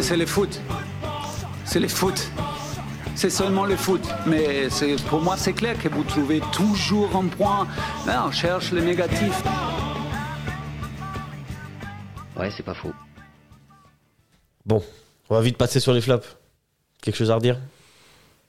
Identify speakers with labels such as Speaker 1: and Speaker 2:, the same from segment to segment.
Speaker 1: C'est le foot. C'est le foot. C'est seulement le foot. Mais c'est- pour moi, c'est clair que vous trouvez toujours un point. Là, on cherche le négatif.
Speaker 2: Ouais, c'est pas faux.
Speaker 3: Bon, on va vite passer sur les flops. Quelque chose à redire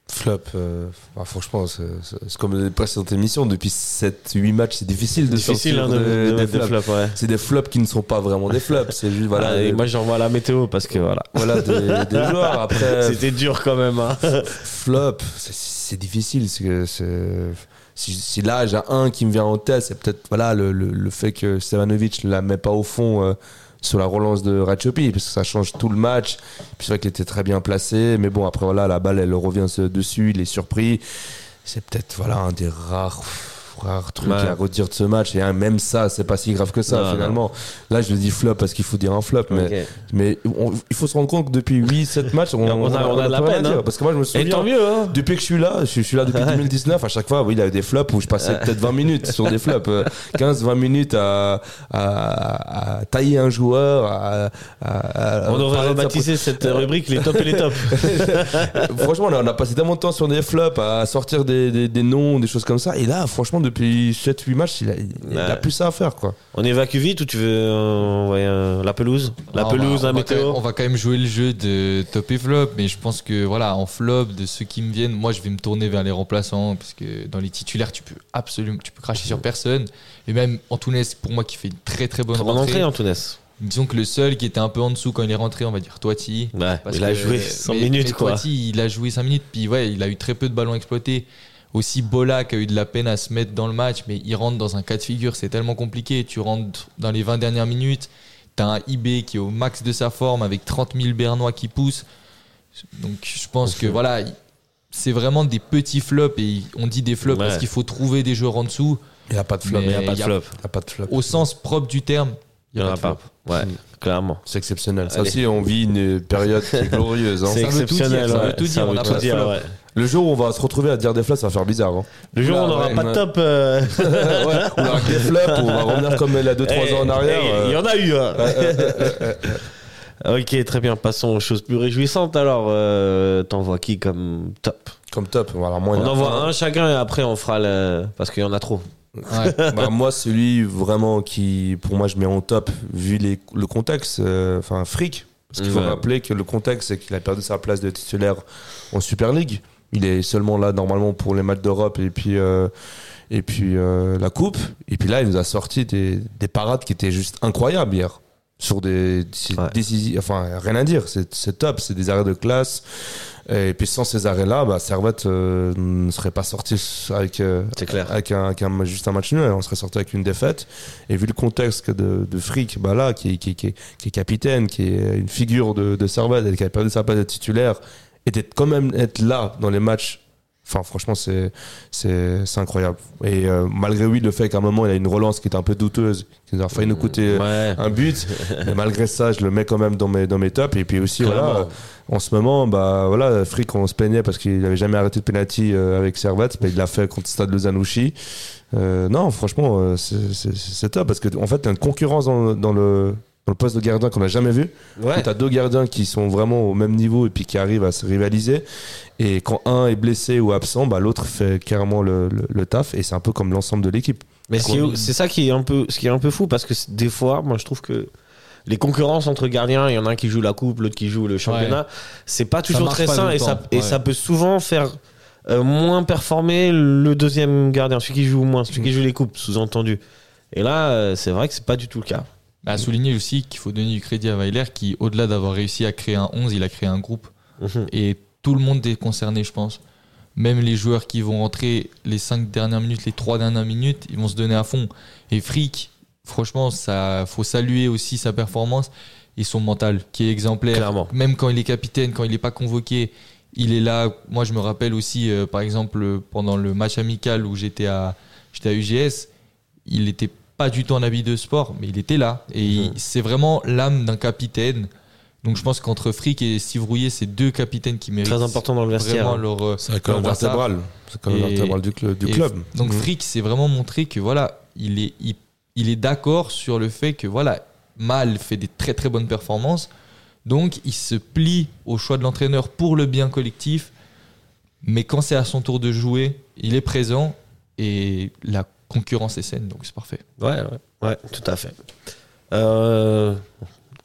Speaker 4: Flop, euh, bah, franchement, c'est c'est- c'est comme les précédentes émissions, depuis 7-8 matchs, c'est difficile de
Speaker 3: Difficile hein,
Speaker 4: sortir
Speaker 3: de,
Speaker 4: de-
Speaker 3: de
Speaker 4: des
Speaker 3: mettre des
Speaker 4: flops.
Speaker 3: flops, ouais.
Speaker 4: C'est des flops qui ne sont pas vraiment des flops, c'est juste voilà,
Speaker 3: Ah, et
Speaker 4: des-
Speaker 3: moi j'envoie la météo parce que voilà.
Speaker 4: voilà des, des joueurs. Après,
Speaker 3: C'était dur quand même. hein.
Speaker 4: flop, c'est- c'est difficile. c'est que c'est- Si, si là j'ai un qui me vient en tête, c'est peut-être voilà, le, le- le fait que Stevanovic ne la met pas au fond euh, sur la relance de Ratchopi, parce que ça change tout le match. Puis c'est vrai qu'il était très bien placé, mais bon, après voilà, la balle elle revient se- dessus, il est surpris. C'est peut-être voilà, un des rares rares trucs
Speaker 3: Ouais.
Speaker 4: à redire de ce match et hein, même ça c'est pas si grave que ça
Speaker 3: Non, non.
Speaker 4: finalement là je le dis flop parce qu'il faut dire un flop mais
Speaker 3: Ok.
Speaker 4: mais on- il faut se rendre compte que depuis 8-7 matchs, on,
Speaker 3: On a- on a de la
Speaker 4: peut rien
Speaker 3: peine,
Speaker 4: dire.
Speaker 3: hein.
Speaker 4: Parce que moi, je me souviens.
Speaker 3: Et tant mieux, hein.
Speaker 4: Depuis que je suis là, je, je suis là depuis
Speaker 3: Ouais.
Speaker 4: 2019, à chaque fois, oui, il y a eu des flops où je passais peut-être 20 minutes sur des flops. euh, 15-20 minutes à, à, à tailler un joueur. À, à- à-
Speaker 3: On devrait
Speaker 4: parler de sa
Speaker 3: rebaptiser cette rubrique les tops et les tops.
Speaker 4: franchement, on a, on a passé tellement de temps sur des flops, à sortir des, des- des noms, des choses comme ça. Et là, franchement, depuis 7-8 matchs, il a, il- il a
Speaker 3: Ouais.
Speaker 4: plus ça à faire, quoi.
Speaker 3: On évacue vite ou tu veux euh, envoyer euh, la pelouse La
Speaker 5: Ah, on
Speaker 3: pelouse,
Speaker 5: va-
Speaker 3: la
Speaker 5: on va quand
Speaker 3: météo
Speaker 5: même- on va quand même jouer le jeu de top et flop, mais je pense que voilà, en flop, de ceux qui me viennent, moi je vais me tourner vers les remplaçants, parce que dans les titulaires, tu peux absolument, tu peux cracher sur personne. Et même Antunes, pour moi, qui fait une très très bonne
Speaker 3: Très bonne
Speaker 5: rentrée.
Speaker 3: entrée, hein. Antounès.
Speaker 5: Disons que le seul qui était un peu en dessous quand il est rentré, on va dire Toiti.
Speaker 3: Ouais,
Speaker 5: Parce
Speaker 3: il a
Speaker 5: que-
Speaker 3: joué 100
Speaker 5: mais-
Speaker 3: minutes,
Speaker 5: mais
Speaker 3: quoi.
Speaker 5: Toiti, il a joué 5 minutes, puis ouais, il a eu très peu de ballons exploités. Aussi Bola qui a eu de la peine à se mettre dans le match, mais il rentre dans un cas de figure, c'est tellement compliqué. Tu rentres dans les 20 dernières minutes, t'as un IB qui est au max de sa forme avec 30 000 Bernois qui poussent. Donc je pense que voilà, c'est vraiment des petits flops et on dit des flops
Speaker 3: Ouais.
Speaker 5: parce qu'il faut trouver des joueurs en dessous
Speaker 4: Il n'y a pas de flop.
Speaker 5: Mais
Speaker 4: il y
Speaker 3: Il n'y a pas de
Speaker 5: y a-
Speaker 3: flop.
Speaker 4: a pas de flop.
Speaker 5: au sens propre du terme.
Speaker 3: Il n'y en a
Speaker 5: pas
Speaker 3: pas.
Speaker 5: de
Speaker 3: Ouais, clairement.
Speaker 4: C'est exceptionnel. Ça
Speaker 3: Allez.
Speaker 4: aussi, on vit une période qui est glorieuse. hein.
Speaker 3: C'est
Speaker 5: veut tout
Speaker 3: exceptionnel.
Speaker 5: dire, ça
Speaker 3: ouais.
Speaker 5: veut tout
Speaker 3: Ça
Speaker 5: dire,
Speaker 3: veut
Speaker 5: on a
Speaker 3: tout
Speaker 5: pas de
Speaker 3: dire,
Speaker 5: flop.
Speaker 3: ouais.
Speaker 4: Le jour où on va se retrouver à dire des flops, ça va faire bizarre. Hein.
Speaker 3: Le jour où on n'aura
Speaker 4: ouais,
Speaker 3: pas de
Speaker 4: ouais.
Speaker 3: top. euh,
Speaker 4: ouais, on aura que des flops, on va revenir comme il y a 2-3
Speaker 3: eh,
Speaker 4: ans en arrière.
Speaker 3: eh,
Speaker 4: euh,
Speaker 3: Il y en a eu. hein. Ok, très bien. Passons aux choses plus réjouissantes. Alors, euh, t'envoies qui comme top
Speaker 4: Comme top. Voilà, moi, il y
Speaker 3: On
Speaker 4: en a
Speaker 3: envoie un chacun et après on fera le. Parce qu'il y en a trop.
Speaker 5: Ouais.
Speaker 4: Bah, moi, celui vraiment qui, pour moi, je mets en top, vu les- le contexte, euh, enfin, fric. Parce qu'il faut
Speaker 3: Ouais.
Speaker 4: rappeler que le contexte, c'est qu'il a perdu sa place de titulaire en Super League. Il est seulement là, normalement, pour les matchs d'Europe et puis, euh, et puis euh, la Coupe. Et puis là, il nous a sorti des, des parades qui étaient juste incroyables hier. Sur des c'est
Speaker 3: Ouais.
Speaker 4: décisi- enfin rien à dire, c'est c'est top, c'est des arrêts de classe. Et puis sans ces arrêts-là, bah, Servette euh, ne serait pas sorti avec, euh,
Speaker 3: C'est clair.
Speaker 4: avec, un, avec un- juste un match nul, on serait sorti avec une défaite. Et vu le contexte que de, de Frick, bah là, qui, est- qui, est- qui est- qui est capitaine, qui est une figure de, de Servette, et qui a perdu sa place de titulaire, et d'être quand même être là dans les matchs, enfin franchement, c'est c'est c'est incroyable. Et euh, malgré lui, le fait qu'à un moment, il a une relance qui est un peu douteuse, qui nous a failli nous coûter
Speaker 3: Ouais.
Speaker 4: un but, mais malgré ça, je le mets quand même dans mes, dans mes tops. Et puis aussi,
Speaker 3: Clairement.
Speaker 4: voilà, en ce moment, bah, voilà, Frick, on se plaignait parce qu'il n'avait jamais arrêté de penalty euh, avec Servette, mais il l'a fait contre Stade Lozanouchi. Euh, non, franchement, euh, c'est- c'est c'est top parce qu'en en fait, il y a une concurrence dans, le- dans le. dans le poste de gardien qu'on n'a jamais vu.
Speaker 3: Ouais.
Speaker 4: Tu as deux gardiens qui sont vraiment au même niveau et puis qui arrivent à se rivaliser. Et quand un est blessé ou absent, bah, l'autre fait carrément le, le- le taf. Et c'est un peu comme l'ensemble de l'équipe.
Speaker 3: Mais ce qui est- c'est ça qui est un peu, ce qui est un peu fou parce que c'est- des fois, moi je trouve que les concurrences entre gardiens, il y en a un qui joue la coupe, l'autre qui joue le championnat, c'est pas toujours
Speaker 5: marche
Speaker 3: très
Speaker 5: pas
Speaker 3: sain et
Speaker 5: longtemps,
Speaker 3: ça, et
Speaker 5: ouais.
Speaker 3: ça peut souvent faire euh, moins performer le deuxième gardien, celui qui joue moins,
Speaker 5: Mm.
Speaker 3: celui qui joue les coupes, sous-entendu. Et là, euh, c'est vrai que c'est pas du tout le cas.
Speaker 5: Bah, À souligner aussi qu'il faut donner du crédit à Weiler qui, au-delà d'avoir réussi à créer un 11, il a créé un groupe.
Speaker 3: Mhm.
Speaker 5: Et tout le monde est concerné, je pense. Même les joueurs qui vont rentrer les 5 dernières minutes, les 3 dernières minutes, ils vont se donner à fond. Et Frick, franchement, ça faut saluer aussi sa performance et son mental qui est exemplaire.
Speaker 3: Clairement.
Speaker 5: Même quand il est capitaine, quand il n'est pas convoqué, il est là. Moi, je me rappelle aussi, euh, par exemple, euh, pendant le match amical où j'étais à, j'étais à UGS, il n'était pas du tout en habit de sport, mais il était là. Et il- c'est vraiment l'âme d'un capitaine. Donc je pense qu'entre Frick et Steve Rouillet, c'est deux capitaines qui méritent
Speaker 3: Très important hein. dans le vestiaire.
Speaker 5: vraiment leur, euh,
Speaker 4: C'est comme
Speaker 5: leur brassard.
Speaker 4: vertébral. C'est comme
Speaker 5: Et-
Speaker 4: vertébral du, cl- du
Speaker 5: Et
Speaker 4: club.
Speaker 5: Donc
Speaker 3: Mm.
Speaker 4: Mhm.
Speaker 5: Frick s'est vraiment montré que voilà, il est, il, il est d'accord sur le fait que voilà, mal fait des très très bonnes performances. Donc il se plie au choix de l'entraîneur pour le bien collectif. Mais quand c'est à son tour de jouer, il est présent et la concurrence est saine, donc c'est parfait.
Speaker 3: Ouais, ouais, ouais, tout à fait. Euh,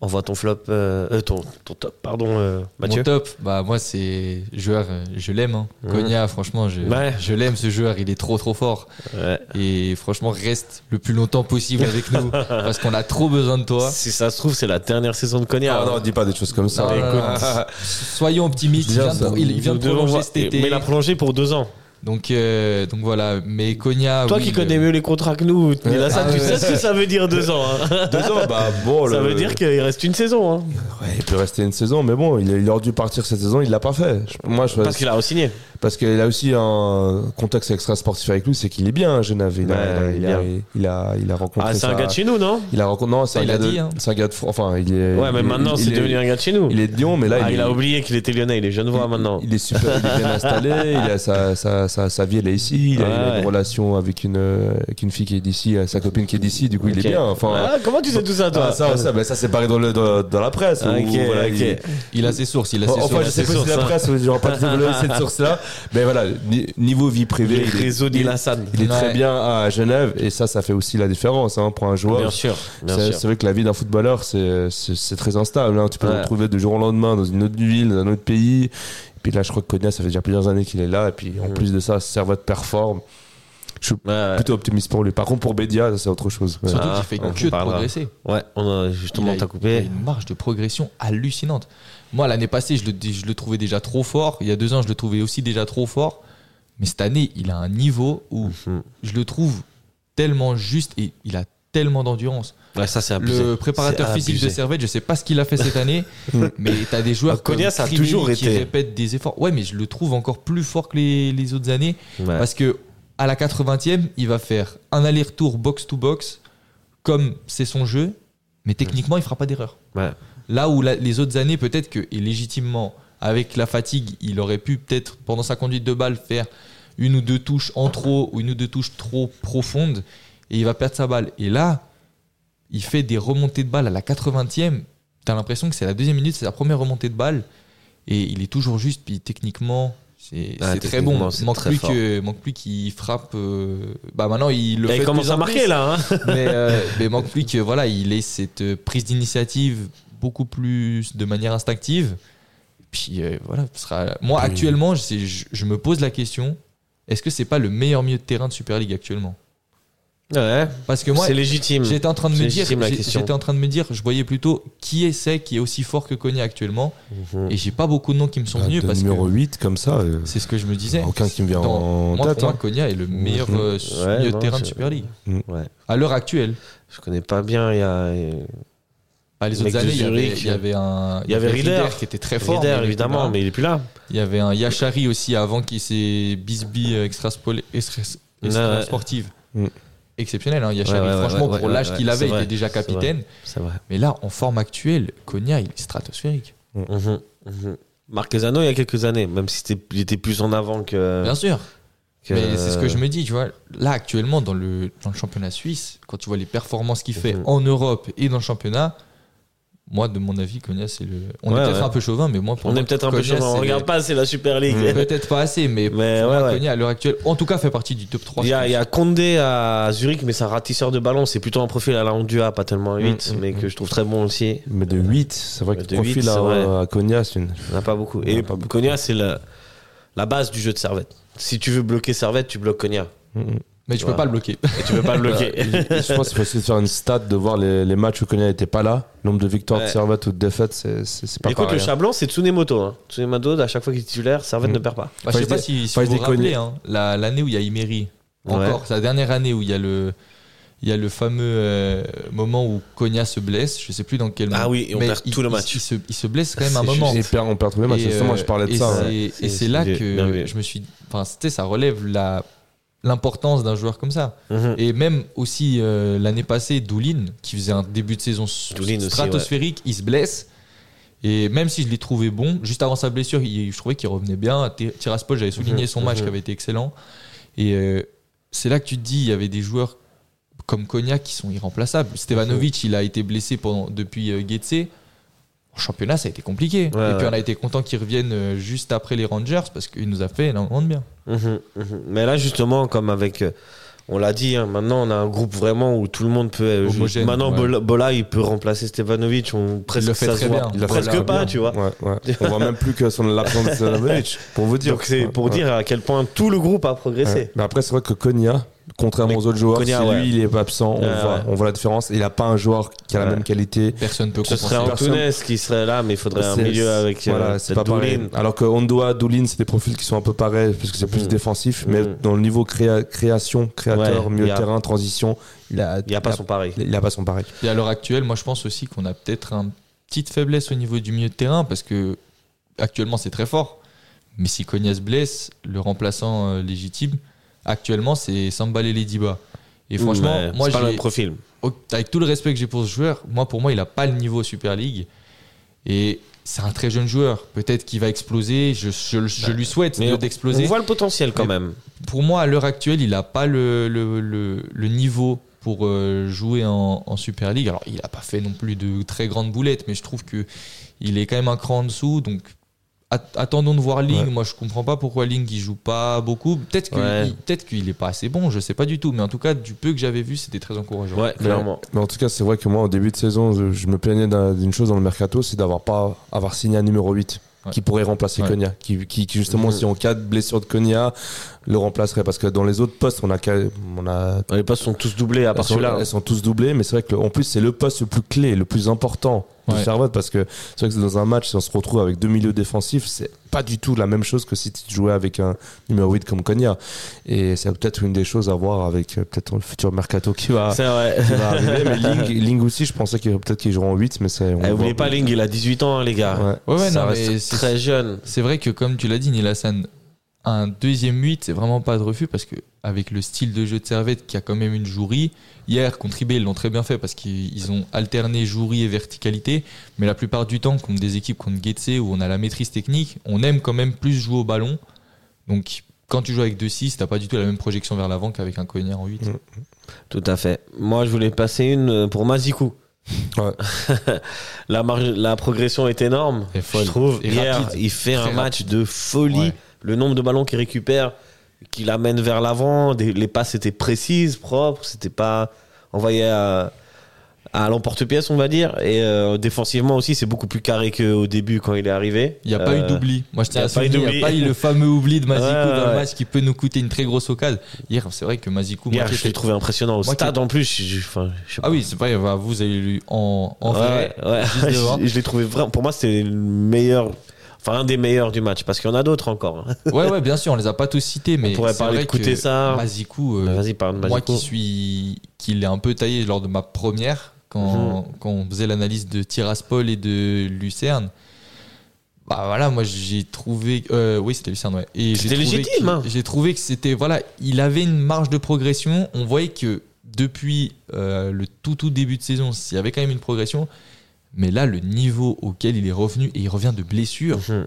Speaker 3: on voit ton flop, euh, euh, ton, ton top, pardon, euh, Mathieu.
Speaker 5: Mon top, bah moi c'est joueur, euh, je l'aime. Hein.
Speaker 3: Mhm.
Speaker 5: Cogna, franchement, je,
Speaker 3: Ouais.
Speaker 5: je l'aime ce joueur, il est trop trop fort.
Speaker 3: Ouais.
Speaker 5: Et franchement, reste le plus longtemps possible avec nous parce qu'on a trop besoin de toi.
Speaker 3: Si ça se trouve, c'est la dernière saison de hein. Cognac.
Speaker 4: Ah non, dis pas des choses comme ça.
Speaker 5: Non, non, non, non. Ah, Soyons optimistes, il
Speaker 4: Bien
Speaker 5: vient, de,
Speaker 4: ça.
Speaker 5: pro- il vient de
Speaker 3: Nous devons
Speaker 5: prolonger
Speaker 3: voir-
Speaker 5: cet été.
Speaker 3: Mais il a prolongé pour deux ans.
Speaker 5: Donc, euh, donc voilà, mais Cogna.
Speaker 3: Toi
Speaker 5: Ah oui, euh,
Speaker 3: qui
Speaker 5: le-
Speaker 3: connais mieux les contrats que nous, Nila, ça,
Speaker 5: Ah,
Speaker 3: tu
Speaker 5: ouais.
Speaker 3: sais ce que ça veut dire deux ans. hein.
Speaker 4: Deux ans, bah bon.
Speaker 3: ça
Speaker 4: le-
Speaker 3: veut dire qu'il reste une saison. hein.
Speaker 4: Ouais, il peut rester une saison, mais bon, il, il aurait dû partir cette saison, il l'a pas fait. Je- Moi, je,
Speaker 3: Parce qu'il a re-signé.
Speaker 4: Parce qu'il a aussi un contexte extra-sportif avec lui, c'est qu'il est bien à Genève. Il, a,
Speaker 3: Ouais,
Speaker 4: il,
Speaker 3: il est
Speaker 4: a,
Speaker 3: bien.
Speaker 4: il a- il a rencontré.
Speaker 3: Ah, c'est
Speaker 4: sa-
Speaker 3: un gars de chez nous, non
Speaker 4: Il a rencontré. Non, c'est
Speaker 5: Ça,
Speaker 4: un
Speaker 5: il
Speaker 4: gars
Speaker 5: a
Speaker 4: de.
Speaker 5: dit, hein.
Speaker 4: C'est un gars de. Fran- Enfin, il est.
Speaker 3: Ouais, mais
Speaker 4: il-
Speaker 3: maintenant,
Speaker 4: il
Speaker 3: c'est
Speaker 4: est-
Speaker 3: devenu un gars de chez nous.
Speaker 4: Il est de Lyon, mais là,
Speaker 3: Ah, il,
Speaker 4: est-
Speaker 3: a oublié qu'il était lyonnais, il est genevois maintenant.
Speaker 4: Il est super, il est bien installé, il a sa, sa, sa, sa vie, elle est ici, il a,
Speaker 3: Ouais,
Speaker 4: il a une
Speaker 3: ouais.
Speaker 4: relation avec une, euh, avec une fille qui est d'ici, euh, sa copine qui est d'ici, du coup il
Speaker 3: Ok.
Speaker 4: est bien. Enfin,
Speaker 3: Ah, comment tu sais tout ça, toi
Speaker 4: ah, ça, ça, ben, ça c'est pareil dans, le, dans, dans la presse.
Speaker 3: Ah,
Speaker 4: où,
Speaker 3: Ok,
Speaker 4: voilà, il-
Speaker 3: ok.
Speaker 5: Il a ses sources, il a ses
Speaker 4: Enfin,
Speaker 5: sources.
Speaker 4: je sais
Speaker 3: c'est
Speaker 4: pas si
Speaker 3: sûr,
Speaker 4: la
Speaker 3: ça.
Speaker 4: presse, j'aurais pas développé cette source-là, mais voilà, ni- niveau vie privée,
Speaker 3: Les
Speaker 4: il est-
Speaker 3: réseaux
Speaker 4: il est-
Speaker 3: d'Ilassan.
Speaker 4: il est très
Speaker 5: Ouais.
Speaker 4: bien à Genève et ça, ça fait aussi la différence hein, pour un joueur.
Speaker 3: Bien sûr, bien
Speaker 4: C'est
Speaker 3: sûr.
Speaker 4: c'est vrai que la vie d'un footballeur, c'est- c'est c'est très instable. hein. Tu peux
Speaker 3: Ouais.
Speaker 4: le retrouver du jour au lendemain dans une autre ville, dans un autre pays. Et puis là, je crois que Konya, ça fait déjà plusieurs années qu'il est là. Et puis en plus de ça, Servette performe. Je suis
Speaker 3: Ouais, ouais.
Speaker 4: plutôt optimiste pour lui. Par contre, pour Bédia, ça, c'est autre chose. Ouais.
Speaker 5: Surtout
Speaker 3: Ah,
Speaker 5: qu'il fait
Speaker 3: on
Speaker 5: que de
Speaker 3: parlera.
Speaker 5: progresser.
Speaker 3: Ouais, on a,
Speaker 5: Il a-
Speaker 3: justement, t'as
Speaker 5: il a
Speaker 3: coupé.
Speaker 5: une marge de progression hallucinante. Moi, l'année passée, je le, je le trouvais déjà trop fort. Il y a deux ans, je le trouvais aussi déjà trop fort. Mais cette année, il a un niveau où
Speaker 3: Mhm.
Speaker 5: je le trouve tellement juste et il a tellement d'endurance.
Speaker 3: Ouais, ça, c'est abusé.
Speaker 5: Le préparateur
Speaker 3: C'est
Speaker 5: physique de
Speaker 3: abusé.
Speaker 5: Servette, je sais pas ce qu'il a fait cette année, mais t'as des joueurs
Speaker 3: Ah, Konya,
Speaker 5: comme
Speaker 3: ça a
Speaker 5: Krimi
Speaker 3: toujours
Speaker 5: qui
Speaker 3: été.
Speaker 5: répètent des efforts. Ouais, mais je le trouve encore plus fort que les, les autres années
Speaker 3: Ouais.
Speaker 5: parce que à la 80e, il va faire un aller-retour box to box comme c'est son jeu, mais techniquement, il fera pas d'erreur.
Speaker 3: Ouais.
Speaker 5: Là où la- les autres années, peut-être que, et légitimement, avec la fatigue, il aurait pu peut-être, pendant sa conduite de balle, faire une ou deux touches en trop ou une ou deux touches trop profondes, et il va perdre sa balle. Et là, il fait des remontées de balle à la 80e. T'as l'impression que c'est la deuxième minute, c'est la première remontée de balle, et il est toujours juste, puis techniquement, c'est
Speaker 3: Ah,
Speaker 5: c'est très bon.
Speaker 3: techniquement, c'est
Speaker 5: Manque
Speaker 3: très
Speaker 5: plus,
Speaker 3: fort.
Speaker 5: que, manque plus qu'il frappe. euh, bah maintenant, il le
Speaker 3: Il
Speaker 5: fait. de
Speaker 3: commence
Speaker 5: plus
Speaker 3: à
Speaker 5: en plus
Speaker 3: marquer, là. hein.
Speaker 5: mais, euh, mais manque plus que voilà, il ait cette euh, prise d'initiative beaucoup plus de manière instinctive. Puis euh, voilà, ce sera. Moi actuellement, je, sais- je- je me pose la question est-ce que c'est pas le meilleur milieu de terrain de Super League actuellement
Speaker 3: Ouais,
Speaker 5: Parce que moi,
Speaker 3: hein. c'est légitime.
Speaker 5: j'étais en train de me
Speaker 3: C'est
Speaker 5: dire,
Speaker 3: légitime, la
Speaker 5: j'ai-
Speaker 3: question.
Speaker 5: j'étais en train de me dire, je voyais plutôt qui est c'est qui est aussi fort que Konya actuellement,
Speaker 3: Mhm.
Speaker 5: et j'ai pas beaucoup de noms qui me sont venus
Speaker 4: Bah, De
Speaker 5: parce que
Speaker 4: numéro 8, comme ça, euh,
Speaker 5: c'est ce que je me disais.
Speaker 4: aucun qui me vient
Speaker 5: Dans-
Speaker 4: en
Speaker 5: moi,
Speaker 4: tête.
Speaker 5: pour moi,
Speaker 4: hein.
Speaker 5: Konya est le meilleur
Speaker 4: Mhm.
Speaker 5: euh,
Speaker 3: Ouais,
Speaker 5: milieu
Speaker 3: non, Mm.
Speaker 5: de terrain de
Speaker 3: je-
Speaker 5: Super League
Speaker 3: Ouais.
Speaker 5: à l'heure actuelle.
Speaker 3: Je connais pas bien, il y a.
Speaker 5: Ah, les
Speaker 3: Mec
Speaker 5: autres
Speaker 3: de
Speaker 5: années, il y avait-
Speaker 3: Zurich.
Speaker 5: il y avait un.
Speaker 3: Il y avait Rieder.
Speaker 5: qui était très fort.
Speaker 3: Rieder,
Speaker 5: mais il était
Speaker 3: évidemment,
Speaker 5: là.
Speaker 3: mais il est plus là.
Speaker 5: Il y avait un Yachari aussi avant qui s'est Bisbee euh, extra, spol- extra- extra-
Speaker 3: Ouais, ouais.
Speaker 5: sportive.
Speaker 4: Mm.
Speaker 5: Exceptionnel, hein, Yachari.
Speaker 3: Ouais, ouais, ouais,
Speaker 5: Franchement,
Speaker 3: ouais,
Speaker 5: pour
Speaker 3: ouais,
Speaker 5: l'âge
Speaker 3: ouais,
Speaker 5: qu'il
Speaker 3: c'est
Speaker 5: avait, il
Speaker 3: vrai,
Speaker 5: était déjà
Speaker 3: c'est vrai.
Speaker 5: capitaine.
Speaker 3: C'est vrai.
Speaker 5: Mais là, en forme actuelle, Konya, il est stratosphérique.
Speaker 3: Mhm, mhm. Marquezano, il y a quelques années, même si c'était- il était plus en avant que.
Speaker 5: Bien sûr.
Speaker 3: que-
Speaker 5: Mais c'est ce que je me dis, tu vois. Là, actuellement, dans le, dans le championnat suisse, quand tu vois les performances qu'il fait
Speaker 3: Mhm.
Speaker 5: en Europe et dans le championnat, moi, de mon avis, Konya, c'est le. On
Speaker 3: Ouais,
Speaker 5: est peut-être
Speaker 3: ouais.
Speaker 5: un peu chauvin, mais moi, pour
Speaker 3: On
Speaker 5: moi,
Speaker 3: est peut-être un peu
Speaker 5: Konya,
Speaker 3: chauvin,
Speaker 5: c'est Mm.
Speaker 3: on
Speaker 5: le-
Speaker 3: regarde pas, c'est la Super League.
Speaker 5: Peut-être pas assez, mais
Speaker 3: Mais ouais, ouais.
Speaker 5: Konya, à l'heure actuelle, en tout cas, fait partie du top 3.
Speaker 3: Il y,
Speaker 5: je
Speaker 3: a,
Speaker 5: pense.
Speaker 3: il y a Condé à Zurich, mais c'est un ratisseur de ballon. C'est plutôt un profil à la Hondua, pas tellement un 8,
Speaker 5: Mm, mm,
Speaker 3: mais
Speaker 5: mm.
Speaker 3: que je trouve très bon aussi.
Speaker 4: Mais de 8, c'est vrai que
Speaker 3: De
Speaker 4: le
Speaker 3: huit,
Speaker 4: profil
Speaker 3: c'est
Speaker 4: à,
Speaker 3: vrai.
Speaker 4: à Konya, c'est une.
Speaker 3: Il n'y en a pas beaucoup.
Speaker 4: Il y en
Speaker 3: Et
Speaker 4: a pas beaucoup.
Speaker 3: Konya, c'est la, la base du jeu de servette. Si tu veux bloquer servette, tu bloques Konya.
Speaker 5: Mais tu
Speaker 3: Ouais.
Speaker 5: peux pas le bloquer. Bah,
Speaker 3: Et tu peux pas le bloquer.
Speaker 4: Et je pense qu'il faut aussi faire une stat de voir les, les matchs où Konya n'était pas là. Nombre de victoires
Speaker 3: Ouais.
Speaker 4: de Servette ou de défaites, c'est c'est- c'est pas
Speaker 3: Écoute,
Speaker 4: pareil.
Speaker 3: le
Speaker 4: hein.
Speaker 3: chat blanc, c'est Tsunemoto. Hein. Tsunemoto, à chaque fois qu'il est titulaire, servette ne perd pas.
Speaker 5: Bah, je
Speaker 4: Faut
Speaker 5: sais
Speaker 4: se
Speaker 5: pas
Speaker 4: dé-
Speaker 5: si, si
Speaker 4: faut
Speaker 5: vous
Speaker 4: se
Speaker 5: vous rappelez,
Speaker 4: déconner.
Speaker 5: hein, la- l'année où il y a Imery, encore,
Speaker 3: Ouais.
Speaker 5: c'est la dernière année où il y a le, il y a le fameux euh, moment où Konya se blesse, je sais plus dans quel
Speaker 3: Ah
Speaker 5: moment.
Speaker 3: oui, et on
Speaker 5: mais
Speaker 3: perd
Speaker 5: il-
Speaker 3: tout le
Speaker 5: il-
Speaker 3: match.
Speaker 5: Il, se, il se blesse quand même à un
Speaker 3: C'est
Speaker 5: moment.
Speaker 4: Et perd- on perd tous les matchs,
Speaker 5: Et,
Speaker 4: justement,
Speaker 5: euh,
Speaker 4: je parlais de
Speaker 5: et
Speaker 4: ça. ouais.
Speaker 5: c'est-
Speaker 3: C'est-
Speaker 5: Et c'est là
Speaker 3: c'est bien
Speaker 5: que
Speaker 3: vu.
Speaker 5: je me suis. Enfin, c'était- ça relève la l'importance d'un joueur comme ça.
Speaker 3: Mhm.
Speaker 5: Et même aussi euh, l'année passée, Doulin, qui faisait un début de saison s-
Speaker 3: Doolin aussi,
Speaker 5: stratosphérique, il se blesse. Et même si je l'ai trouvé bon, juste avant sa blessure, il- je trouvais qu'il revenait bien. T- Tiraspol,
Speaker 3: Mhm,
Speaker 5: j'avais souligné son match qui avait été excellent. Et euh, c'est là que tu te dis, il y avait des joueurs comme Cognac qui sont irremplaçables. Stevanovic, il a été blessé pendant, depuis euh, Getse. En championnat, ça a été compliqué.
Speaker 3: Ouais,
Speaker 5: et puis
Speaker 3: ouais.
Speaker 5: on a été content qu'il revienne euh, juste après les Rangers parce qu'il nous a fait énormément de bien.
Speaker 3: Mhm, mhm. Mais là, justement, comme avec. euh, On l'a dit, hein, maintenant on a un groupe vraiment où tout le monde peut. euh, je-
Speaker 5: Homogène,
Speaker 3: maintenant,
Speaker 5: ouais.
Speaker 3: Bola, Bola, il peut remplacer Stevanovic. On presque
Speaker 5: le fait
Speaker 3: ça
Speaker 5: très
Speaker 3: se voit.
Speaker 5: bien.
Speaker 4: Il a fait
Speaker 3: Presque
Speaker 4: très
Speaker 3: pas,
Speaker 4: bien.
Speaker 3: tu vois.
Speaker 4: Ouais, ouais. On voit même plus que son l'absence de Stevanovic, pour vous dire.
Speaker 3: Donc c'est
Speaker 4: Ouais,
Speaker 3: pour
Speaker 4: ouais.
Speaker 3: dire à quel point tout le groupe a
Speaker 4: Ouais.
Speaker 3: progressé.
Speaker 4: Mais après, c'est vrai que Konya, contrairement
Speaker 3: Mais
Speaker 4: aux autres joueurs,
Speaker 3: Konya,
Speaker 4: si
Speaker 3: ouais.
Speaker 4: lui il est pas absent, on,
Speaker 3: Ouais,
Speaker 4: voit,
Speaker 3: ouais.
Speaker 4: on voit la différence. Il a pas un joueur qui a la
Speaker 3: Ouais.
Speaker 4: même qualité.
Speaker 5: Personne ne peut
Speaker 3: Ce
Speaker 5: compenser.
Speaker 3: serait Antunes qui serait là, mais il faudrait un
Speaker 4: C'est-
Speaker 3: milieu avec
Speaker 4: voilà,
Speaker 3: euh,
Speaker 4: c'est pas pareil.
Speaker 3: Doulin.
Speaker 4: Alors que Ondoa, Doulin, c'est des profils qui sont un peu pareils parce que c'est plus
Speaker 3: Mhm.
Speaker 4: défensif, mais
Speaker 3: Mhm.
Speaker 4: dans le niveau créa- création, créateur,
Speaker 3: Ouais,
Speaker 4: milieu
Speaker 3: il y
Speaker 4: de
Speaker 3: a-
Speaker 4: terrain, transition, il a,
Speaker 3: Il n'y a pas son pareil.
Speaker 4: il a pas son pareil.
Speaker 5: Et à l'heure actuelle, moi je pense aussi qu'on a peut-être une petite faiblesse au niveau du milieu de terrain parce que actuellement c'est très fort. Mais si Cogna se blesse, le remplaçant euh, légitime, actuellement c'est Samba Lediba. Et franchement,
Speaker 3: Mais
Speaker 5: moi
Speaker 3: c'est pas le
Speaker 5: j'ai-
Speaker 3: même profil.
Speaker 5: au- avec tout le respect que j'ai pour ce joueur, moi pour moi il a pas le niveau Super League. Et c'est un très jeune joueur. Peut-être qu'il va exploser. Je, je- je lui souhaite
Speaker 3: Bah, Mais
Speaker 5: de-
Speaker 3: On
Speaker 5: d'exploser
Speaker 3: voit le potentiel quand
Speaker 5: Mais-
Speaker 3: même.
Speaker 5: pour moi, à l'heure actuelle, il n'a pas le, le- le- le niveau pour euh, jouer en, en Super League. Alors, il n'a pas fait non plus de très grandes boulettes, mais je trouve que il est quand même un cran en dessous. Donc, at- attendons de voir Ling.
Speaker 4: Ouais.
Speaker 5: Moi, je comprends pas pourquoi Ling il joue pas beaucoup. Peut-être qu'il
Speaker 3: Ouais.
Speaker 5: peut qu'il est pas assez bon, je sais pas du tout. Mais en tout cas, du peu que j'avais vu, c'était très encourageant.
Speaker 3: Ouais, clairement.
Speaker 4: Mais en tout cas, c'est vrai que moi, au début de saison, je, je me plaignais d'un- d'une chose dans le mercato, c'est d'avoir pas avoir signé un numéro 8
Speaker 5: Ouais.
Speaker 4: qui pourrait remplacer
Speaker 5: Ouais.
Speaker 4: Konya, qui, qui, qui, justement,
Speaker 3: Mhm.
Speaker 4: si on cas de blessure de Konya, le remplacerait. Parce que dans les autres postes, on a, qu'à- on a
Speaker 3: Les postes sont tous doublés à part
Speaker 4: Elles sont-
Speaker 3: celui-là.
Speaker 4: Elles sont tous doublées, mais c'est vrai que le- en plus c'est le poste le plus clé, le plus important de
Speaker 5: Ouais.
Speaker 4: Servette parce que c'est vrai que dans un match si on se retrouve avec deux milieux défensifs, c'est pas du tout la même chose que si tu jouais avec un numéro 8 comme Konya. Et c'est peut-être une des choses à voir avec euh, peut-être le futur mercato qui va,
Speaker 3: C'est vrai.
Speaker 4: qui va arriver. Mais Ling, Ling aussi, je pensais qu'il peut-être qu'il jouerait en 8 mais c'est. on
Speaker 3: Eh,
Speaker 4: le
Speaker 3: Oubliez
Speaker 4: voit.
Speaker 3: pas, Ling, il a 18 ans, hein, les gars.
Speaker 4: Ouais.
Speaker 5: Ouais, ouais,
Speaker 3: Ça
Speaker 5: non,
Speaker 3: reste
Speaker 5: mais c'est-
Speaker 3: très jeune.
Speaker 5: C'est vrai que comme tu l'as dit, Nilassan, un deuxième 8, c'est vraiment pas de refus parce que avec le style de jeu de Servette qui a quand même une jouerie, hier contre IB, ils l'ont très bien fait parce qu'ils ils ont alterné jouerie et verticalité, mais la plupart du temps contre des équipes contre Getse où on a la maîtrise technique, on aime quand même plus jouer au ballon. Donc quand tu joues avec 2-6, t'as pas du tout la même projection vers l'avant qu'avec un cognard en 8.
Speaker 4: Mm.
Speaker 3: Tout à fait. Moi, je voulais passer une euh, pour Mazikou.
Speaker 4: Ouais.
Speaker 3: la, marge, la progression est énorme.
Speaker 5: Et folle.
Speaker 3: Je trouve.
Speaker 5: Et
Speaker 3: Hier,
Speaker 5: rapide.
Speaker 3: il fait
Speaker 5: Très
Speaker 3: un
Speaker 5: rapide.
Speaker 3: match de folie.
Speaker 5: Ouais.
Speaker 3: Le nombre de ballons qu'il récupère, qu'il amène vers l'avant, des- les passes étaient précises, propres. C'était pas envoyé à, à l'emporte-pièce, on va dire. Et euh, défensivement aussi, c'est beaucoup plus carré qu'au début quand il est arrivé.
Speaker 5: Il n'y a pas
Speaker 3: Euh,
Speaker 5: eu d'oubli. Moi, je tiens
Speaker 3: y a
Speaker 5: à
Speaker 3: pas eu
Speaker 5: souligner, il n'y
Speaker 3: d'oubli.
Speaker 5: a pas eu le fameux oubli de Mazikou
Speaker 3: Ouais, ouais,
Speaker 5: dans le
Speaker 3: ouais.
Speaker 5: match qui peut nous coûter une très grosse occasion. Hier, c'est vrai que Mazikou, moi,
Speaker 3: Hier,
Speaker 5: qui
Speaker 3: je l'ai
Speaker 5: étais-
Speaker 3: trouvé impressionnant. Au
Speaker 5: Moi qui-
Speaker 3: stade, en plus, je, je- enfin, je sais pas.
Speaker 5: Ah oui, c'est vrai, bah, vous avez lu en, en
Speaker 3: Ouais,
Speaker 5: vrai.
Speaker 3: ouais.
Speaker 5: juste devant.
Speaker 3: je, je l'ai trouvé vraiment. Pour moi, c'était le meilleur. Enfin, un des meilleurs du match. Parce qu'il y en a d'autres encore. hein.
Speaker 5: Ouais, ouais, bien sûr, on les a pas tous cités, mais.
Speaker 3: pourrait
Speaker 5: c'est
Speaker 3: parler
Speaker 5: vrai
Speaker 3: de Kutesa.
Speaker 5: que Mazikou, euh,
Speaker 3: Bah, Vas-y, parle de
Speaker 5: moi
Speaker 3: Magico.
Speaker 5: qui suis. qui l'ai un peu taillé lors de ma première, quand,
Speaker 3: Mhm.
Speaker 5: quand on faisait l'analyse de Tiraspol et de Lucerne. Bah voilà, moi j'ai trouvé. euh, oui, c'était Lucerne, ouais. Et j'ai
Speaker 3: C'était
Speaker 5: trouvé
Speaker 3: légitime,
Speaker 5: que-
Speaker 3: hein.
Speaker 5: J'ai trouvé que c'était. Voilà, il avait une marge de progression. On voyait que depuis euh, le tout tout début de saison, il y avait quand même une progression. Mais là, le niveau auquel il est revenu, et il revient de blessure,
Speaker 3: Mhm.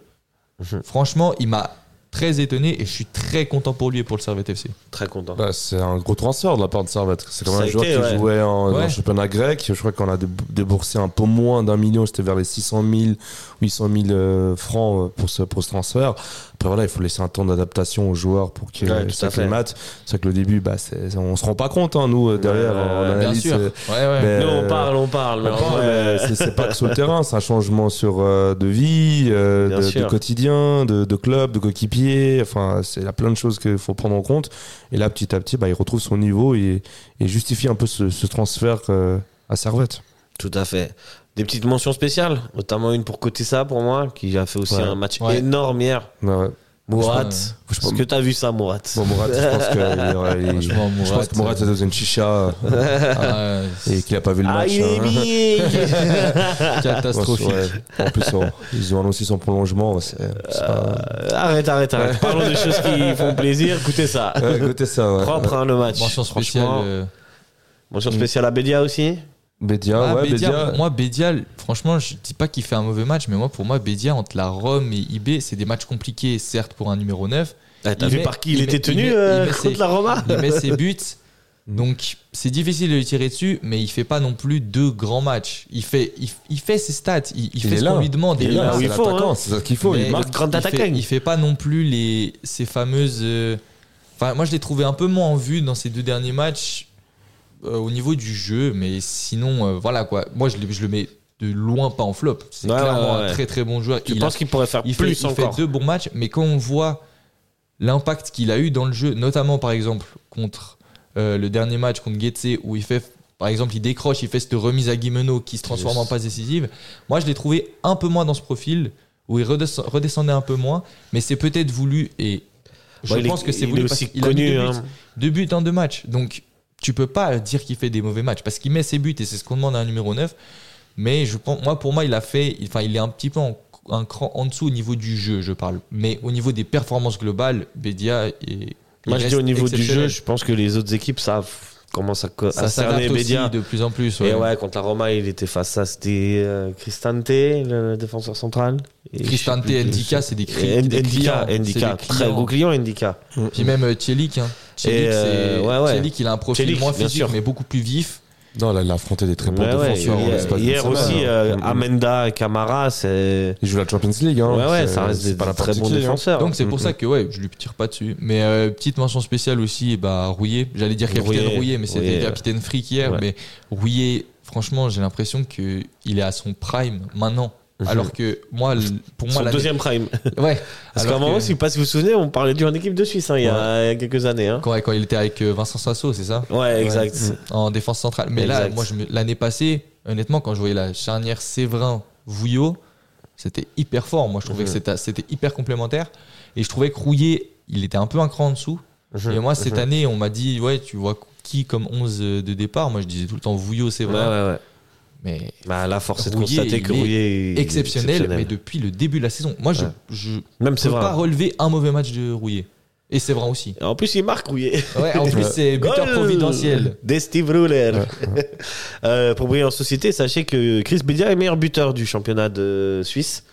Speaker 5: Franchement, il m'a très étonné et je suis très content pour lui et pour le Servette FC.
Speaker 3: Très content.
Speaker 4: Bah, c'est un gros transfert de la part de Servette. C'est quand même
Speaker 3: Ça
Speaker 4: un
Speaker 3: a
Speaker 4: joueur
Speaker 3: été,
Speaker 4: qui
Speaker 3: ouais.
Speaker 4: jouait en, dans
Speaker 5: Ouais.
Speaker 4: le championnat grec. Je crois qu'on a dé- déboursé un peu moins d'un million. C'était vers les 600 000, 800 000 euh, francs euh, pour ce, pour ce transfert. Après, voilà, il faut laisser un temps d'adaptation aux joueurs pour qu'ils
Speaker 3: Ouais,
Speaker 4: euh,
Speaker 3: tout à
Speaker 4: s'acclimatent. C'est vrai que le début, bah, c'est- on se rend pas compte, hein, nous, euh, derrière.
Speaker 3: Ouais,
Speaker 4: on
Speaker 3: ouais,
Speaker 5: Bien
Speaker 4: analyse,
Speaker 5: sûr.
Speaker 4: euh,
Speaker 5: Ouais, ouais.
Speaker 4: mais,
Speaker 3: Nous, on
Speaker 4: euh,
Speaker 3: parle, on parle. Mais
Speaker 4: on
Speaker 3: en
Speaker 4: parle,
Speaker 3: vrai, euh,
Speaker 4: mais
Speaker 5: euh,
Speaker 4: euh, c'est- c'est pas que sur le terrain, c'est un changement sur euh, de vie, euh,
Speaker 3: Bien
Speaker 4: de,
Speaker 3: sûr.
Speaker 4: de quotidien, de, de club, de coéquipier. Enfin, c'est là plein de choses qu'il faut prendre en compte. Et là, petit à petit, bah, il retrouve son niveau et, et justifie un peu ce, ce transfert euh, à Servette.
Speaker 3: Tout à fait. Des petites mentions spéciales, notamment une pour Kotessa pour moi, qui a fait aussi
Speaker 4: Ouais.
Speaker 3: un match
Speaker 5: Ouais.
Speaker 3: énorme hier.
Speaker 4: Ouais, ouais.
Speaker 3: Mourat.
Speaker 5: Ouais.
Speaker 4: Je pense-
Speaker 3: Est-ce que t'as vu ça, Mourat
Speaker 4: Bon, Mourad, je pense que il aurait- il-
Speaker 5: Franchement, Mourad,
Speaker 4: je pense que Mourad
Speaker 5: euh,
Speaker 4: est dans une chicha euh,
Speaker 5: Ah,
Speaker 4: et
Speaker 5: c'est
Speaker 4: qu'il a pas vu le
Speaker 3: Ah,
Speaker 4: match.
Speaker 3: il est
Speaker 4: hein.
Speaker 3: big
Speaker 5: catastrophique.
Speaker 4: Ouais. En plus, on- ils ont annoncé son prolongement. C'est c'est pas.
Speaker 3: Euh, Arrête, arrête, arrête. Parlons de choses qui font plaisir. Écoutez ça.
Speaker 4: Ouais, écoutez ça. ouais.
Speaker 3: Propre, hein, le match.
Speaker 5: Mention spéciale.
Speaker 3: Franchement,
Speaker 5: euh, mm.
Speaker 3: Mention spéciale à Bédia aussi.
Speaker 4: Bédia,
Speaker 5: ah,
Speaker 4: ouais,
Speaker 5: Bédia,
Speaker 4: Bédia.
Speaker 5: Moi, Bédia, franchement, je dis pas qu'il fait un mauvais match, mais moi, pour moi, Bédia, entre la Rome et IB, c'est des matchs compliqués, certes, pour un numéro 9.
Speaker 3: Ah, T'as
Speaker 5: Il
Speaker 3: vu
Speaker 5: met-
Speaker 3: par qui il,
Speaker 5: il
Speaker 3: était
Speaker 5: met-
Speaker 3: tenu
Speaker 5: il met-
Speaker 3: euh,
Speaker 5: il met ses-
Speaker 3: contre la Roma
Speaker 5: Il met ses buts, Donc c'est difficile de lui tirer dessus, mais il fait pas non plus deux grands matchs. Il fait, il, il fait ses stats, il, il fait
Speaker 4: est
Speaker 5: ce
Speaker 4: là.
Speaker 5: qu'on lui demande.
Speaker 3: Il est là,
Speaker 5: marque.
Speaker 3: oui,
Speaker 4: c'est
Speaker 3: il faut,
Speaker 4: l'attaquant,
Speaker 3: hein.
Speaker 4: c'est ça qu'il faut.
Speaker 5: Mais
Speaker 4: il marque.
Speaker 3: marque grand
Speaker 5: il,
Speaker 3: attaquant.
Speaker 5: fait, il fait pas non plus les, ces fameuses. euh, Enfin, moi je l'ai trouvé un peu moins en vue dans ces deux derniers matchs euh, au niveau du jeu, mais sinon, euh, voilà quoi. Moi je, le- je le mets de loin pas en flop. C'est
Speaker 3: Ouais,
Speaker 5: clairement
Speaker 3: ouais, ouais.
Speaker 5: un très très bon joueur.
Speaker 3: Tu
Speaker 5: Il a
Speaker 3: penses qu'il pourrait faire
Speaker 5: il fait,
Speaker 3: plus
Speaker 5: il fait
Speaker 3: encore
Speaker 5: deux bons matchs, mais quand on voit l'impact qu'il a eu dans le jeu, notamment par exemple contre euh, le dernier match contre Getse, où il fait, par exemple, il décroche, il fait cette remise à Guimeno qui se transforme en passe décisive. Moi, je l'ai trouvé un peu moins dans ce profil, où il redescend- redescendait un peu moins, mais c'est peut-être voulu et je
Speaker 3: Ouais, Bah, il est-
Speaker 5: pense que c'est
Speaker 3: il
Speaker 5: voulu
Speaker 3: est
Speaker 5: parce
Speaker 3: aussi
Speaker 5: qu'il a mis
Speaker 3: connu,
Speaker 5: deux buts,
Speaker 3: hein.
Speaker 5: deux buts en deux matchs, donc tu peux pas dire qu'il fait des mauvais matchs parce qu'il met ses buts et c'est ce qu'on demande à un numéro 9 mais je pense, moi, pour moi, il a fait, il- enfin, il est un petit peu en- un cran en dessous au niveau du jeu, je parle. Mais au niveau des performances globales, Bedia est.
Speaker 3: Moi,
Speaker 5: il
Speaker 3: je dis au
Speaker 5: reste
Speaker 3: niveau du jeu,
Speaker 5: exceptionnel.
Speaker 3: je pense que les autres équipes savent comment ça, co- à
Speaker 5: ça
Speaker 3: cerner
Speaker 5: s'adapte aussi
Speaker 3: Bedia.
Speaker 5: de plus en plus.
Speaker 3: Et
Speaker 5: ouais.
Speaker 3: ouais, contre la Roma, il était face à c'était euh, Cristante, le, le défenseur central. Et
Speaker 5: Cristante,
Speaker 3: je sais plus-
Speaker 5: Ndika, c'est des cri-
Speaker 3: Et N-
Speaker 5: des
Speaker 3: Ndika,
Speaker 5: clients, c'est
Speaker 3: Ndika,
Speaker 5: des
Speaker 3: très
Speaker 5: clients.
Speaker 3: gros client, Ndika.
Speaker 5: Puis même euh, Tielik, hein. Tielik,
Speaker 3: Et, euh,
Speaker 5: c'est-
Speaker 3: ouais, ouais.
Speaker 5: Tielik, il a un profil
Speaker 3: Tielik,
Speaker 5: moins
Speaker 3: bien
Speaker 5: physique,
Speaker 3: sûr.
Speaker 5: mais beaucoup plus vif.
Speaker 4: Non, là, il a affronté des très bons
Speaker 3: Bah Ouais, ouais,
Speaker 4: défenseurs. en
Speaker 3: hier-
Speaker 4: l'espace d'une
Speaker 3: hier
Speaker 4: semaine,
Speaker 3: aussi,
Speaker 4: hein.
Speaker 3: euh,
Speaker 4: Mm, mm.
Speaker 3: Amenda et Camara, c'est.
Speaker 4: Il joue la Champions League. Hein,
Speaker 3: ouais, ouais,
Speaker 4: C'est-
Speaker 3: ça reste
Speaker 4: c'est
Speaker 3: des
Speaker 4: pas n'importe
Speaker 3: très bons
Speaker 4: qui, hein.
Speaker 3: défenseurs.
Speaker 5: Donc c'est pour
Speaker 4: Mm,
Speaker 5: ça que ouais, je lui tire pas dessus. Mais euh, petite mention spéciale aussi, bah Rouillé. J'allais dire capitaine
Speaker 3: Rouillet,
Speaker 5: Rouillé, mais c'était
Speaker 3: Rouillet.
Speaker 5: capitaine Frick hier.
Speaker 3: Ouais.
Speaker 5: Mais Rouillé, franchement, j'ai l'impression que il est à son prime maintenant. Alors que moi, le- pour
Speaker 3: Mm-hmm.
Speaker 5: moi,
Speaker 3: Son
Speaker 5: l'année-
Speaker 3: deuxième prime.
Speaker 5: ouais.
Speaker 3: Parce qu'à
Speaker 5: Alors
Speaker 3: un moment,
Speaker 5: que-
Speaker 3: si je sais pas si vous vous souvenez, on parlait d'une équipe de Suisse hein, il y a il y a quelques années. hein.
Speaker 5: quand, quand il était avec euh, Vincent Sasso, c'est ça
Speaker 3: Ouais, exact.
Speaker 5: En défense centrale. Mais là,
Speaker 3: Exact.
Speaker 5: moi, je me- l'année passée, honnêtement, quand je voyais la charnière Séverin Vouillot, c'était hyper fort. Moi, je trouvais que c'était- c'était hyper complémentaire. Et je trouvais que Rouillé, il était un peu un cran en dessous.
Speaker 3: Mhm.
Speaker 5: Et moi, cette année, on m'a dit, ouais, tu vois qui comme 11 de départ Moi, je disais tout le temps Vouillot, c'est
Speaker 3: Ouais,
Speaker 5: vrai.
Speaker 3: ouais, ouais.
Speaker 5: Mais
Speaker 3: Bah, là, force est de
Speaker 5: Rouillet,
Speaker 3: constater
Speaker 5: il
Speaker 3: que
Speaker 5: est
Speaker 3: Rouillet est
Speaker 5: exceptionnel, mais depuis le début de la saison. Moi, je
Speaker 3: Ouais.
Speaker 5: je
Speaker 3: Même
Speaker 5: peux
Speaker 3: c'est
Speaker 5: pas
Speaker 3: vrai.
Speaker 5: relever un mauvais match de Rouillé. Et Séverin aussi.
Speaker 3: En plus, il marque Rouillet.
Speaker 5: Ouais, en plus, c'est buteur
Speaker 3: Goal
Speaker 5: providentiel.
Speaker 3: Des Steve Ruler. Euh, pour briller en société, sachez que Chris Bedia est meilleur buteur du championnat de Suisse.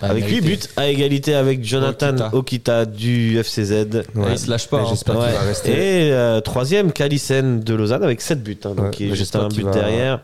Speaker 5: Bah,
Speaker 3: avec 8
Speaker 5: mérité.
Speaker 3: buts à égalité avec Jonathan Okita,
Speaker 5: Okita.
Speaker 3: du FCZ.
Speaker 5: Ouais,
Speaker 4: Ouais.
Speaker 5: Il se lâche pas.
Speaker 4: Mais
Speaker 5: hein.
Speaker 4: j'espère qu'il va rester.
Speaker 3: Et euh, troisième, Kalisen de Lausanne avec 7 buts. hein, donc
Speaker 4: Ouais,
Speaker 3: qui est
Speaker 4: mais
Speaker 3: juste
Speaker 4: j'espère
Speaker 3: un
Speaker 4: qu'il
Speaker 3: but
Speaker 4: va-
Speaker 3: derrière.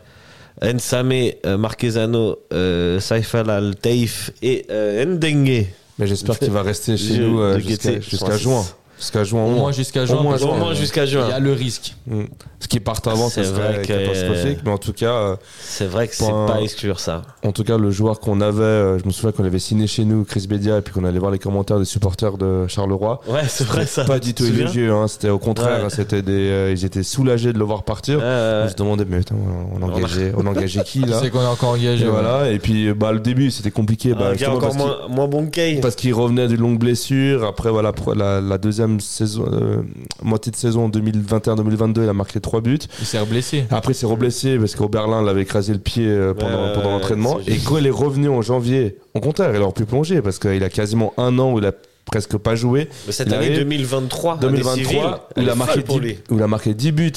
Speaker 3: Nsame, euh, Marquezano, euh, Saifal Al Taif et euh, Ndengue.
Speaker 4: hein. Mais j'espère qu'il va rester chez
Speaker 3: Je-
Speaker 4: nous euh,
Speaker 3: de
Speaker 4: jusqu'à
Speaker 3: Guetté,
Speaker 4: jusqu'à
Speaker 3: 36.
Speaker 4: juin. Jusqu'à juin,
Speaker 5: Au moins
Speaker 4: au
Speaker 5: jusqu'à juin.
Speaker 4: moins
Speaker 5: parce
Speaker 3: Au
Speaker 5: que
Speaker 3: moins jusqu'à
Speaker 5: Il y a
Speaker 3: juin.
Speaker 5: le risque.
Speaker 4: moins. Ce qui partent avant,
Speaker 3: C'est
Speaker 4: ça serait
Speaker 3: vrai que-
Speaker 4: catastrophique. Mais en tout cas, euh,
Speaker 3: C'est vrai que c'est
Speaker 4: Point.
Speaker 3: pas à exclure ça.
Speaker 4: En tout cas, le joueur qu'on avait, euh, je me souviens qu'on avait signé chez nous, Chris Bedia, et puis qu'on allait voir les commentaires des supporters de Charleroi.
Speaker 3: Ouais, c'est vrai ça.
Speaker 4: Pas du tout
Speaker 3: Tu te souviens
Speaker 4: élogieux, hein, c'était au contraire,
Speaker 3: Ouais.
Speaker 4: hein, c'était des, euh, ils étaient soulagés de le voir partir.
Speaker 3: Euh,
Speaker 4: on se demandait, mais putain, on engageait, on engageait qui là
Speaker 5: C'est qu'on est encore
Speaker 4: Et
Speaker 5: engagé. ouais.
Speaker 4: voilà, et puis bah, le début c'était compliqué, bah,
Speaker 3: un gars ah,
Speaker 4: justement,
Speaker 3: encore
Speaker 4: parce qu'il-
Speaker 3: moins, moins bon que Kay.
Speaker 4: parce qu'il revenait d'une longue blessure. Après, voilà, pour la, la deuxième saison, euh, moitié de saison 2021-2022, il a marqué trois buts.
Speaker 5: Il s'est reblessé.
Speaker 4: Après, il s'est reblessé parce qu'au Berlin, il avait écrasé le pied euh, pendant,
Speaker 3: Ouais, ouais,
Speaker 4: pendant
Speaker 3: ouais,
Speaker 4: l'entraînement.
Speaker 3: c'est
Speaker 4: Et
Speaker 3: juste.
Speaker 4: quand il est revenu en janvier, au contraire, il aurait pu plonger parce qu'il a quasiment un an où il a presque pas joué.
Speaker 3: Mais cette
Speaker 4: Il
Speaker 3: année
Speaker 4: arrive.
Speaker 3: 2023, année
Speaker 4: 2023,
Speaker 3: civile,
Speaker 4: où il,
Speaker 3: Ah, elle
Speaker 4: a
Speaker 3: est
Speaker 4: marqué
Speaker 3: folle pour
Speaker 4: 10,
Speaker 3: lui.
Speaker 4: où il a marqué 10 buts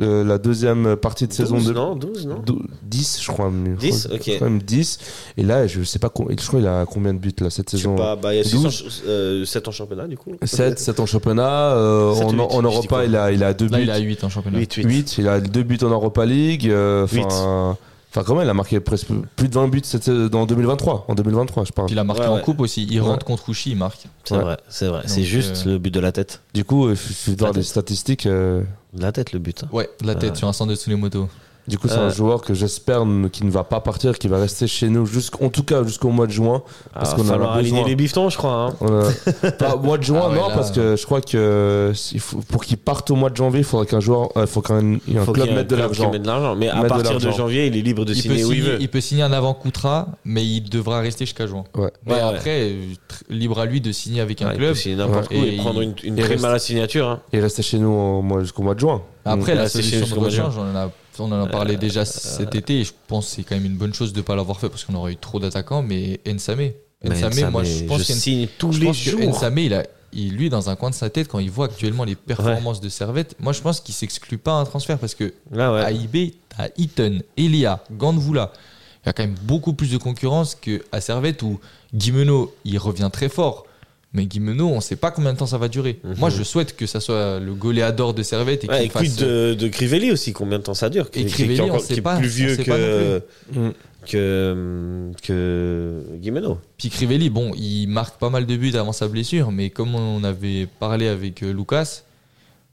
Speaker 4: euh, la deuxième partie de saison
Speaker 3: 12,
Speaker 4: de.
Speaker 3: non 12, non
Speaker 4: dou- 10, je crois. mais-
Speaker 3: 10,
Speaker 4: je crois-
Speaker 3: ok.
Speaker 4: je crois même 10. Et là, je sais pas, com- je crois qu'il a combien de buts là cette
Speaker 3: Je sais
Speaker 4: saison
Speaker 3: pas, bah, il y a
Speaker 4: 12.
Speaker 3: 6 en- euh, 7 en championnat du coup.
Speaker 4: 7, 7 en championnat. euh,
Speaker 3: Sept ou
Speaker 4: en,
Speaker 3: huit,
Speaker 4: en
Speaker 3: je dis quoi
Speaker 4: Europa, il a, il a 2 buts.
Speaker 5: Là, il a 8 en championnat.
Speaker 3: 8, 8.
Speaker 4: 8, il a 2 buts en Europa League. euh, Enfin, enfin, quand même, il a marqué presque plus de 20 buts cette, dans 2023. En 2023, je parle.
Speaker 5: Puis il a marqué
Speaker 3: Ouais,
Speaker 5: en
Speaker 3: ouais.
Speaker 5: coupe aussi. Il
Speaker 4: Ouais.
Speaker 5: rentre contre Uchi, il marque.
Speaker 3: C'est
Speaker 4: Ouais.
Speaker 3: vrai, c'est vrai. C'est
Speaker 5: Donc,
Speaker 3: juste
Speaker 5: euh,
Speaker 3: le but de la tête.
Speaker 4: Du coup, il faut- faut voir des statistiques. euh,
Speaker 3: De la tête, le but. hein.
Speaker 5: Ouais, de la tête
Speaker 3: ouais.
Speaker 5: sur un centre de Tsunemoto.
Speaker 4: du coup, c'est un
Speaker 3: Euh.
Speaker 4: joueur que j'espère n- qui ne va pas partir, qui va rester chez nous, jusqu'en tout cas jusqu'au mois de juin. Parce
Speaker 3: Ah,
Speaker 4: qu'on en a
Speaker 3: falloir aligner
Speaker 4: besoin.
Speaker 3: les bifetons, je crois. hein.
Speaker 4: On a- Pas au mois de juin,
Speaker 5: Ah ouais,
Speaker 4: non,
Speaker 5: là-
Speaker 4: parce que je crois que s'il faut- pour qu'il parte au mois de janvier, il faudrait qu'un joueur, euh, faut qu'un il y ait un
Speaker 3: Faut
Speaker 4: club
Speaker 3: qu'il y ait un
Speaker 4: mette de
Speaker 3: club qui
Speaker 4: l'argent.
Speaker 3: mette de l'argent. Mais à
Speaker 4: Mettre de
Speaker 3: partir de,
Speaker 4: l'argent.
Speaker 3: janvier, il est libre de
Speaker 5: Il peut,
Speaker 3: signer où il
Speaker 5: signer,
Speaker 3: veut.
Speaker 5: il peut signer un avant-contrat, mais il devra rester jusqu'à juin.
Speaker 4: Ouais.
Speaker 5: Mais
Speaker 3: Ouais,
Speaker 5: après, euh, tr- libre à lui de signer avec un
Speaker 3: Ah, il peut
Speaker 5: club.
Speaker 3: signer n'importe
Speaker 5: Ouais.
Speaker 3: où
Speaker 5: Et
Speaker 3: et prendre une, une
Speaker 4: il
Speaker 3: prime
Speaker 4: reste-
Speaker 3: à la signature. hein.
Speaker 4: Et rester chez nous au mois- jusqu'au mois de juin.
Speaker 5: Après,
Speaker 3: Ah,
Speaker 5: la
Speaker 3: c'est
Speaker 5: solution
Speaker 3: chez- Euh,
Speaker 5: de
Speaker 3: chez
Speaker 5: rechange, on en a, on en a parlé déjà cet été. Et je pense que c'est quand même une bonne chose de ne pas l'avoir fait parce qu'on aurait eu trop d'attaquants. Mais Nsame,
Speaker 3: Mais
Speaker 5: Nsame, moi, je pense qu'il
Speaker 3: signe tous
Speaker 5: Je
Speaker 3: les
Speaker 5: pense que
Speaker 3: jours.
Speaker 5: Nsame, il a, il, lui, dans un coin de sa tête, quand il voit actuellement les performances de Servette, moi je pense qu'il s'exclut pas à un transfert parce que
Speaker 3: Ah ouais.
Speaker 5: à IB, à Eaton, Elia, Gandvoula, il y a quand même beaucoup plus de concurrence que à Servette où Guimeno, il revient très fort. Mais Guimeno, on ne sait pas combien de temps ça va durer.
Speaker 3: Mhm.
Speaker 5: Moi, je souhaite que ça soit le goléador de Servette et
Speaker 3: Ouais,
Speaker 5: qu'il
Speaker 3: et
Speaker 5: fasse. euh,
Speaker 3: quid de, de Crivelli aussi, combien de temps ça dure
Speaker 5: Et Crivelli,
Speaker 3: qui est
Speaker 5: on
Speaker 3: encore-
Speaker 5: sait
Speaker 3: qui est
Speaker 5: pas,
Speaker 3: plus
Speaker 5: on
Speaker 3: vieux
Speaker 5: sait pas
Speaker 3: que,
Speaker 4: non
Speaker 3: que, que Guimeno.
Speaker 5: Puis Crivelli, bon, il marque pas mal de buts avant sa blessure, mais comme on avait parlé avec euh, Lucas,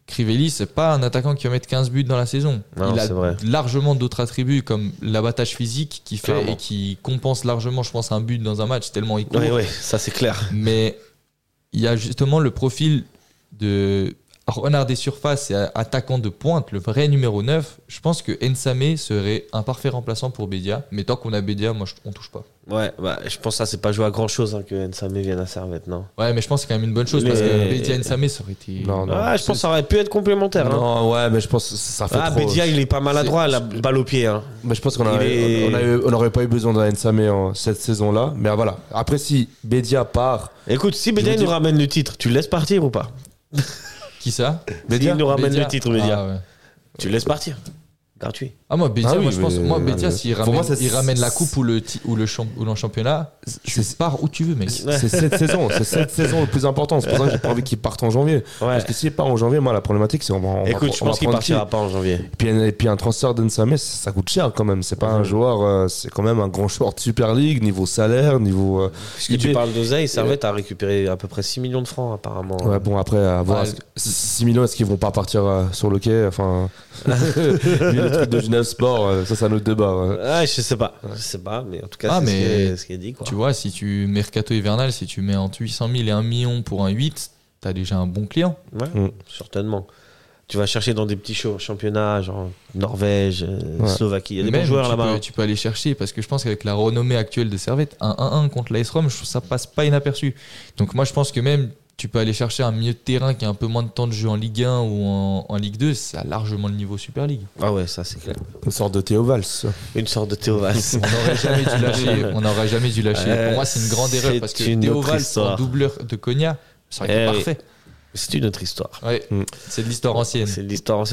Speaker 5: Crivelli, c'est pas un attaquant qui va mettre 15 buts dans la saison.
Speaker 3: Non,
Speaker 5: il a
Speaker 3: c'est vrai.
Speaker 5: largement d'autres attributs comme l'abattage physique qui fait
Speaker 3: Clairement.
Speaker 5: et qui compense largement, je pense, un but dans un match tellement il court.
Speaker 3: Oui, oui, ça c'est clair.
Speaker 5: Mais il y a justement le profil de renard des surfaces et attaquant de pointe, le vrai numéro 9. Je pense que Nsame serait un parfait remplaçant pour Bedia, mais tant qu'on a Bedia, moi, je- on touche pas.
Speaker 3: Ouais, bah, je pense que ça c'est pas joué à grand chose que Nsame vienne à Servette, non
Speaker 5: Ouais, mais je pense que c'est quand même une bonne chose
Speaker 3: Mais-
Speaker 5: parce que Bedia et Nsamé, ça aurait été.
Speaker 4: Non, non.
Speaker 3: Ouais, Ah, je pense que ça aurait pu être complémentaire. hein.
Speaker 4: Non, ouais, mais je pense que ça fait
Speaker 3: Ah,
Speaker 4: trop.
Speaker 3: Bedia, il est pas maladroit,
Speaker 5: c'est-
Speaker 3: la balle au pied. hein.
Speaker 4: Mais je pense qu'on
Speaker 3: Il
Speaker 4: aurait-
Speaker 3: est-
Speaker 4: on- on aurait- on n'aurait pas eu besoin d'un Nsamé E en cette saison-là. Mais voilà. Après, si Bedia part,
Speaker 3: Écoute, si Bedia
Speaker 4: veux
Speaker 3: il nous
Speaker 4: dire-
Speaker 3: ramène le titre, tu le laisses partir ou pas
Speaker 5: Qui ça
Speaker 3: S'il
Speaker 4: Bedia
Speaker 3: nous ramène
Speaker 5: Bedia.
Speaker 3: le titre, Bedia,
Speaker 5: Ah, ouais.
Speaker 3: tu le laisses partir. Gratuit.
Speaker 5: Ah, moi, Bedia,
Speaker 4: Ah oui,
Speaker 5: moi, je pense,
Speaker 4: mais-
Speaker 5: moi,
Speaker 4: mais-
Speaker 5: Bedia, s'il
Speaker 4: pour
Speaker 5: ramène,
Speaker 4: moi, ça-
Speaker 5: il ramène la coupe ou le, ti- ou le, champ- ou le championnat, tu
Speaker 4: c'est-
Speaker 5: pars où tu veux, mec.
Speaker 4: c'est cette saison. C'est cette saison le plus important. C'est pour ça que j'ai pas envie qu'il parte en janvier.
Speaker 3: Ouais.
Speaker 4: Parce que s'il part en janvier, moi, la problématique, c'est qu'on va. on va-
Speaker 3: Écoute, je
Speaker 4: on va
Speaker 3: pense qu'il
Speaker 4: prendre qui
Speaker 3: partira pas en janvier.
Speaker 4: Et puis, et puis un transfert d'Ensamé, ça, ça coûte cher quand même. C'est pas un joueur, euh, c'est quand même un grand joueur de Super League, niveau salaire, niveau. euh,
Speaker 3: Parce que
Speaker 4: IB.
Speaker 3: tu parles d'oseille, Servette a récupéré à peu près 6 millions de francs apparemment.
Speaker 4: Ouais, bon, après, à voir.
Speaker 5: Ouais.
Speaker 4: est-ce que- 6 millions, est-ce qu'ils vont pas partir euh, sur le quai Enfin. lui, le truc de Genève Sport, euh, ça, c'est un autre débat. ouais.
Speaker 3: Ah, je sais pas, je sais pas, mais en tout cas,
Speaker 5: Ah,
Speaker 3: c'est
Speaker 5: mais-
Speaker 3: ce qui est- ce qui est dit.
Speaker 4: Bah.
Speaker 3: Quoi.
Speaker 5: Tu vois, si tu. Mercato hivernal, si tu mets entre 800 000 et 1 million pour un 8, t'as déjà un bon client.
Speaker 3: Ouais,
Speaker 4: Mm.
Speaker 3: certainement. Tu vas chercher dans des petits cho- championnats, genre Norvège, euh,
Speaker 4: Ouais.
Speaker 3: Slovaquie. Il y a des
Speaker 5: Même,
Speaker 3: bons joueurs
Speaker 5: tu
Speaker 3: là-bas. hein.
Speaker 5: peux- Tu peux aller chercher parce que je pense qu'avec la renommée actuelle de Servette, un 1-1 contre l'AS Rome, je trouve ça passe pas inaperçu. Donc moi, je pense que même tu peux aller chercher un milieu de terrain qui a un peu moins de temps de jeu en Ligue 1 ou en, en Ligue 2, ça a largement le niveau Super League.
Speaker 3: Ah ouais, ça c'est clair.
Speaker 4: Une sorte de Théo Valls.
Speaker 3: Une sorte de Théo Vasse.
Speaker 5: On n'aurait jamais dû lâcher. On n'aurait jamais dû lâcher.
Speaker 3: Euh,
Speaker 5: Pour moi, c'est une grande
Speaker 3: c'est
Speaker 5: erreur parce que
Speaker 3: une
Speaker 5: Théo
Speaker 3: autre
Speaker 5: Valls en
Speaker 3: histoire.
Speaker 5: doubleur de Cogna, ça aurait été
Speaker 3: Eh oui. Mm.
Speaker 5: parfait.
Speaker 3: c'est une autre histoire.
Speaker 5: Ouais,
Speaker 4: Mm.
Speaker 5: c'est de l'histoire ancienne.
Speaker 3: C'est de l'histoire ancienne.